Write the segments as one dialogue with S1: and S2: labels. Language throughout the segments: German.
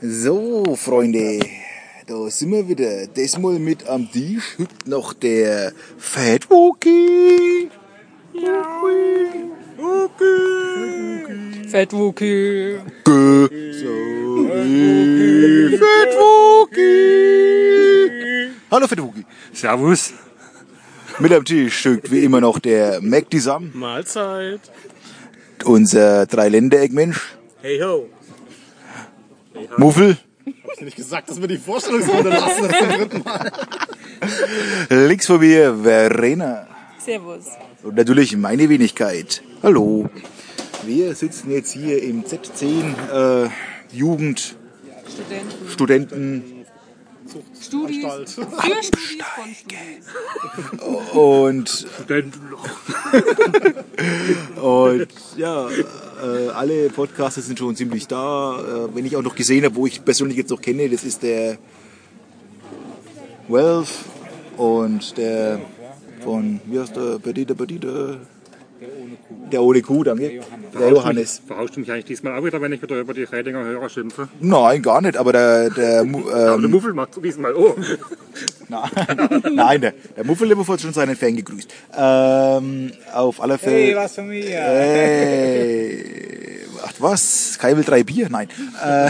S1: So, Freunde, da sind wir wieder. Diesmal mit am Tisch hüpft noch der Fat Wookie.
S2: Fat Wookie.
S1: Sorry, Fat Wookie. Hallo, Fat Wookie.
S3: Servus.
S1: Mit am Tisch hüpft wie immer noch der Mac Sam,
S3: Mahlzeit.
S1: unser Dreiländereck-Mensch.
S3: Hey ho.
S1: Muffel,
S4: nicht gesagt, dass wir die Vorstellungsrunde lassen zum dritten Mal.
S1: links von mir Verena.
S2: Servus.
S1: Und natürlich meine Wenigkeit. Hallo. Wir sitzen jetzt hier im Z10 äh, Jugend,
S2: Studenten.
S1: Studenten
S2: Studis. Für Studis von Studis.
S1: und,
S3: Studentenloch.
S1: und ja, äh, alle Podcasts sind schon ziemlich da. Äh, wenn ich auch noch gesehen habe, wo ich persönlich jetzt noch kenne, das ist der Wealth und der von, wie heißt der, Petite Petite? Der ohne Kuh, danke. Der Johannes.
S3: Verhaust du mich eigentlich diesmal auch wieder, wenn ich wieder über die Redinger Hörer schimpfe?
S1: Nein, gar nicht, aber der, der Mu- ähm,
S3: Aber der Muffel macht diesmal. Oh.
S1: Nein, Nein der, der Muffelleberwurst hat schon seinen Fan gegrüßt. Ähm, auf alle Fälle.
S5: Hey, was von mir?
S1: Hey. Ach was? Kai will drei Bier? Nein. Äh,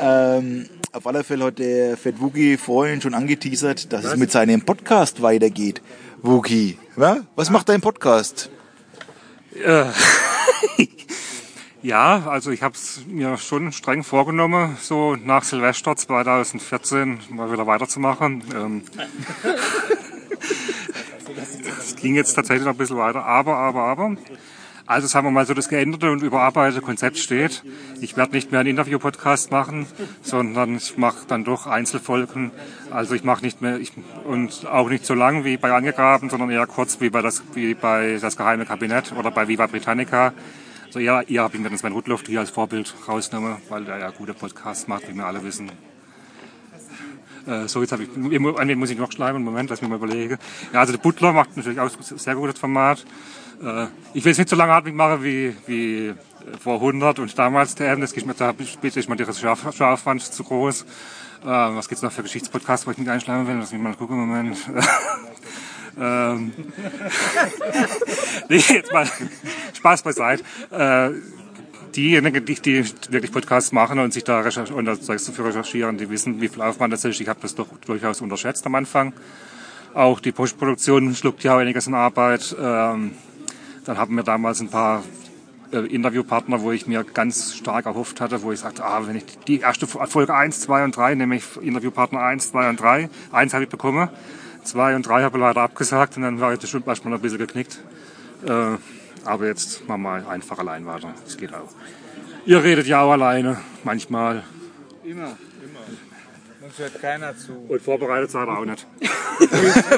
S1: ähm, auf alle Fälle hat der Fett Wookie vorhin schon angeteasert, dass es mit seinem Podcast weitergeht. Wookie, wa? was macht dein Podcast?
S3: Ja, also ich habe es mir schon streng vorgenommen, so nach Silvester 2014 mal wieder weiterzumachen. Ähm, das ging jetzt tatsächlich noch ein bisschen weiter, aber, aber, aber. Also sagen wir mal so, das geänderte und überarbeitete Konzept steht. Ich werde nicht mehr einen Interview-Podcast machen, sondern ich mache dann doch Einzelfolgen. Also ich mache nicht mehr ich, und auch nicht so lang wie bei Angegraben, sondern eher kurz wie bei das wie bei das geheime Kabinett oder bei Viva Britannica. So eher, eher habe ich mir dann Sven Rudloff hier als Vorbild rausgenommen, weil der ja gute Podcasts macht, wie wir alle wissen. Äh, so, jetzt habe ich, an wen muss ich noch schreiben? Moment, lass mich mal überlegen. Ja, also der Butler macht natürlich auch sehr gutes Format. Äh, ich will es nicht so langatmig machen wie, wie äh, vor 100 und damals der Abend. Das geht mir, da hab ich- bitte ich mal die Scharf- Scharfwand zu groß. Äh, was gibt's noch für Geschichtspodcasts, wo ich mich einschleimen will? Lass mich mal gucken, Moment. ähm, nee, jetzt mal Spaß beiseite. Äh, diejenigen, die, die wirklich Podcasts machen und sich da recherch- und das Zeugs dafür recherchieren, die wissen, wie viel Aufwand das ist. Ich habe das doch durchaus unterschätzt am Anfang. Auch die Postproduktion schluckt ja einiges an Arbeit. Ähm, dann haben wir damals ein paar äh, Interviewpartner, wo ich mir ganz stark erhofft hatte, wo ich sagte, ah, wenn ich die erste Fo- Folge 1, 2 und 3, nämlich Interviewpartner 1, 2 und 3, 1 habe ich bekommen, 2 und 3 habe ich leider abgesagt und dann war ich bestimmt erstmal ein bisschen geknickt. Äh, aber jetzt machen wir einfach allein weiter, das geht auch. Ihr redet ja auch alleine, manchmal.
S5: Immer. Immer. Uns hört keiner zu.
S3: Und vorbereitet seid ihr auch nicht.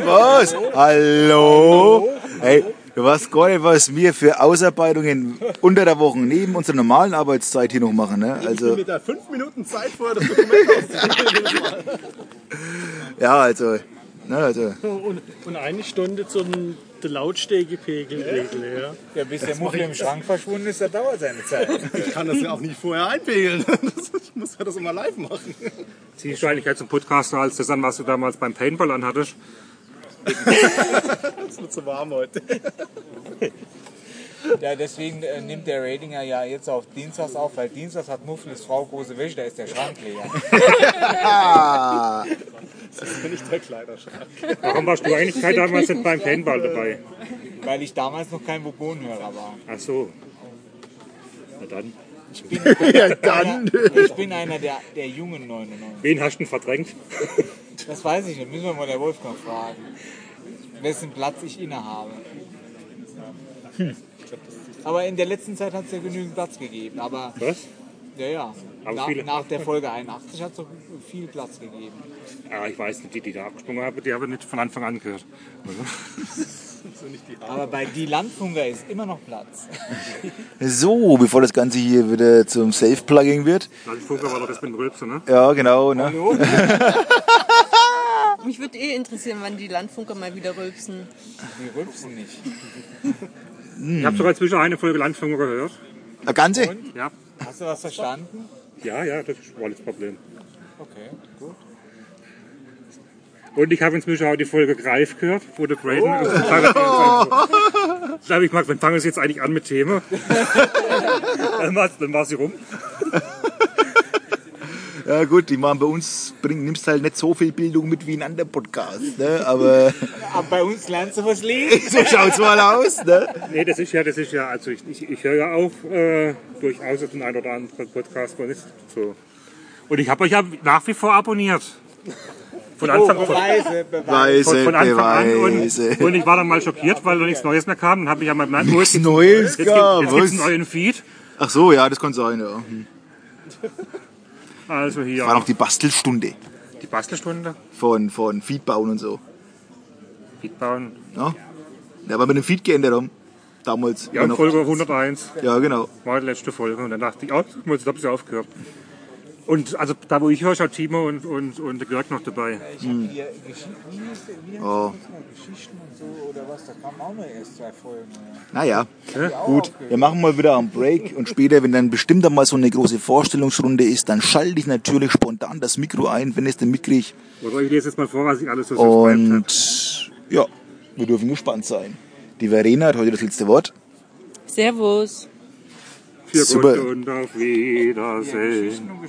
S1: Was? Hallo? Hey, du weißt gar nicht, was wir für Ausarbeitungen unter der Woche neben unserer normalen Arbeitszeit hier noch machen. Ne? Also,
S4: Mit der fünf Minuten Zeit vorher das Dokument auszudrücken.
S1: ja, also, ne, also.
S6: Und, und eine Stunde zum Lautstärkepegel regeln, ja.
S5: Ja, bis der Muffel im Schrank verschwunden ist, das dauert seine Zeit.
S4: Ich kann das ja auch nicht vorher einpegeln. Das, ich muss ja das immer live machen.
S3: Die Wahrscheinlichkeit zum Podcaster als das an, was du damals beim Paintball anhattest.
S4: Es wird zu warm heute.
S5: Ja, deswegen äh, nimmt der Ratinger ja jetzt auf Dienstags auf, weil Dienstags hat Muffels Frau große Wäsche, da ist der Schrank leer.
S1: Ah.
S4: Das bin ich der Kleiderschrank.
S3: Warum warst du eigentlich kein damals nicht beim Paintball dabei?
S5: Weil ich damals noch kein Vogonhörer war.
S3: Ach so. Na dann.
S5: Ich bin, ja, dann. Einer, ich bin einer der, der jungen 99.
S3: Wen hast du denn verdrängt?
S5: Das weiß ich nicht, müssen wir mal der Wolfgang fragen, wessen Platz ich innehabe.
S3: Hm.
S5: Aber in der letzten Zeit hat es ja genügend Platz gegeben, aber...
S3: Was?
S5: Ja, ja.
S3: Aber
S5: Na,
S3: viele-
S5: nach der Folge 81 hat es doch viel Platz gegeben.
S3: Ah, ich weiß nicht, die, die da abgesprungen haben, die haben nicht von Anfang an gehört. Also,
S5: Aber bei Die Landfunker ist immer noch Platz.
S1: So, bevor das Ganze hier wieder zum Safe-Plugging wird.
S3: Landfunker war doch das mit dem Rülpser, ne?
S1: Ja, genau, ne?
S2: Mich würde eh interessieren, wann die Landfunker mal wieder rülpsen.
S5: Die rülpsen nicht. Hm.
S3: Ich habe sogar zwischen eine Folge Landfunker gehört.
S1: Eine ganze?
S3: Ja.
S5: Hast du was verstanden?
S3: Ja, ja, das war das Problem.
S5: Okay.
S3: Und ich habe inzwischen auch die Folge Greif gehört, wo der Braden auf dem Fahrrad oh. Ich glaube, ich mag, wenn fangen wir jetzt eigentlich an mit Themen. dann war dann war sie rum.
S1: Ja gut, die machen bei uns, bring, nimmst halt nicht so viel Bildung mit wie in anderen Podcasts, ne? aber
S5: Aber bei uns lernst du was lieben.
S1: so schaut's mal aus. Ne?
S3: Nee, das ist ja, das ist ja, also ich, ich, ich höre ja auch äh, durchaus den einen oder anderen Podcast, man ist so. Und ich habe euch ja nach wie vor abonniert. Von Anfang,
S5: oh,
S3: von,
S5: Beweise, Beweise.
S1: Weise,
S3: von, von Anfang an
S1: Beweise.
S3: und, und ich war dann mal schockiert, weil da nichts Neues mehr kam. Dann habe ich ja mal gemeint, oh,
S1: Nichts
S3: jetzt,
S1: Neues
S3: jetzt, gibt-
S1: gab
S3: jetzt gibt's einen
S1: es.
S3: neuen Feed.
S1: Ach so, ja, das kann sein, ja.
S3: Also hier
S1: War noch die Bastelstunde
S3: die Bastelstunde,
S1: von, von Feed bauen und so.
S3: Feed bauen.
S1: Ne? Ja, weil wir den Feed geändert haben. Damals.
S3: Ja,
S1: Noch-
S3: Folge 101
S1: ja genau.
S3: war die letzte Folge und dann dachte ich, oh, jetzt habe ich aufgehört. Und also da, wo ich höre, ist auch Timo und, und, und der Georg noch dabei.
S5: Ich hab hier Geschichten, wie hieß der- wie heißt
S1: Oh.
S5: das noch? Geschichten und so oder was, da kamen auch nur erst zwei Folgen. ja.
S1: Naja,
S5: auch
S1: gut.
S5: aufgehört.
S1: Wir machen mal wieder einen Break und später, wenn dann bestimmt einmal so eine große Vorstellungsrunde ist, dann schalte ich natürlich spontan das Mikro ein, wenn ich es denn mitkriege.
S3: Oder ich lese jetzt mal vor, was ich alles so subscribed habe.
S1: Und ja, wir dürfen gespannt sein. Die Verena hat heute das letzte Wort.
S2: Servus.
S3: Vier
S1: super.
S3: Gründe und auf Wiedersehen.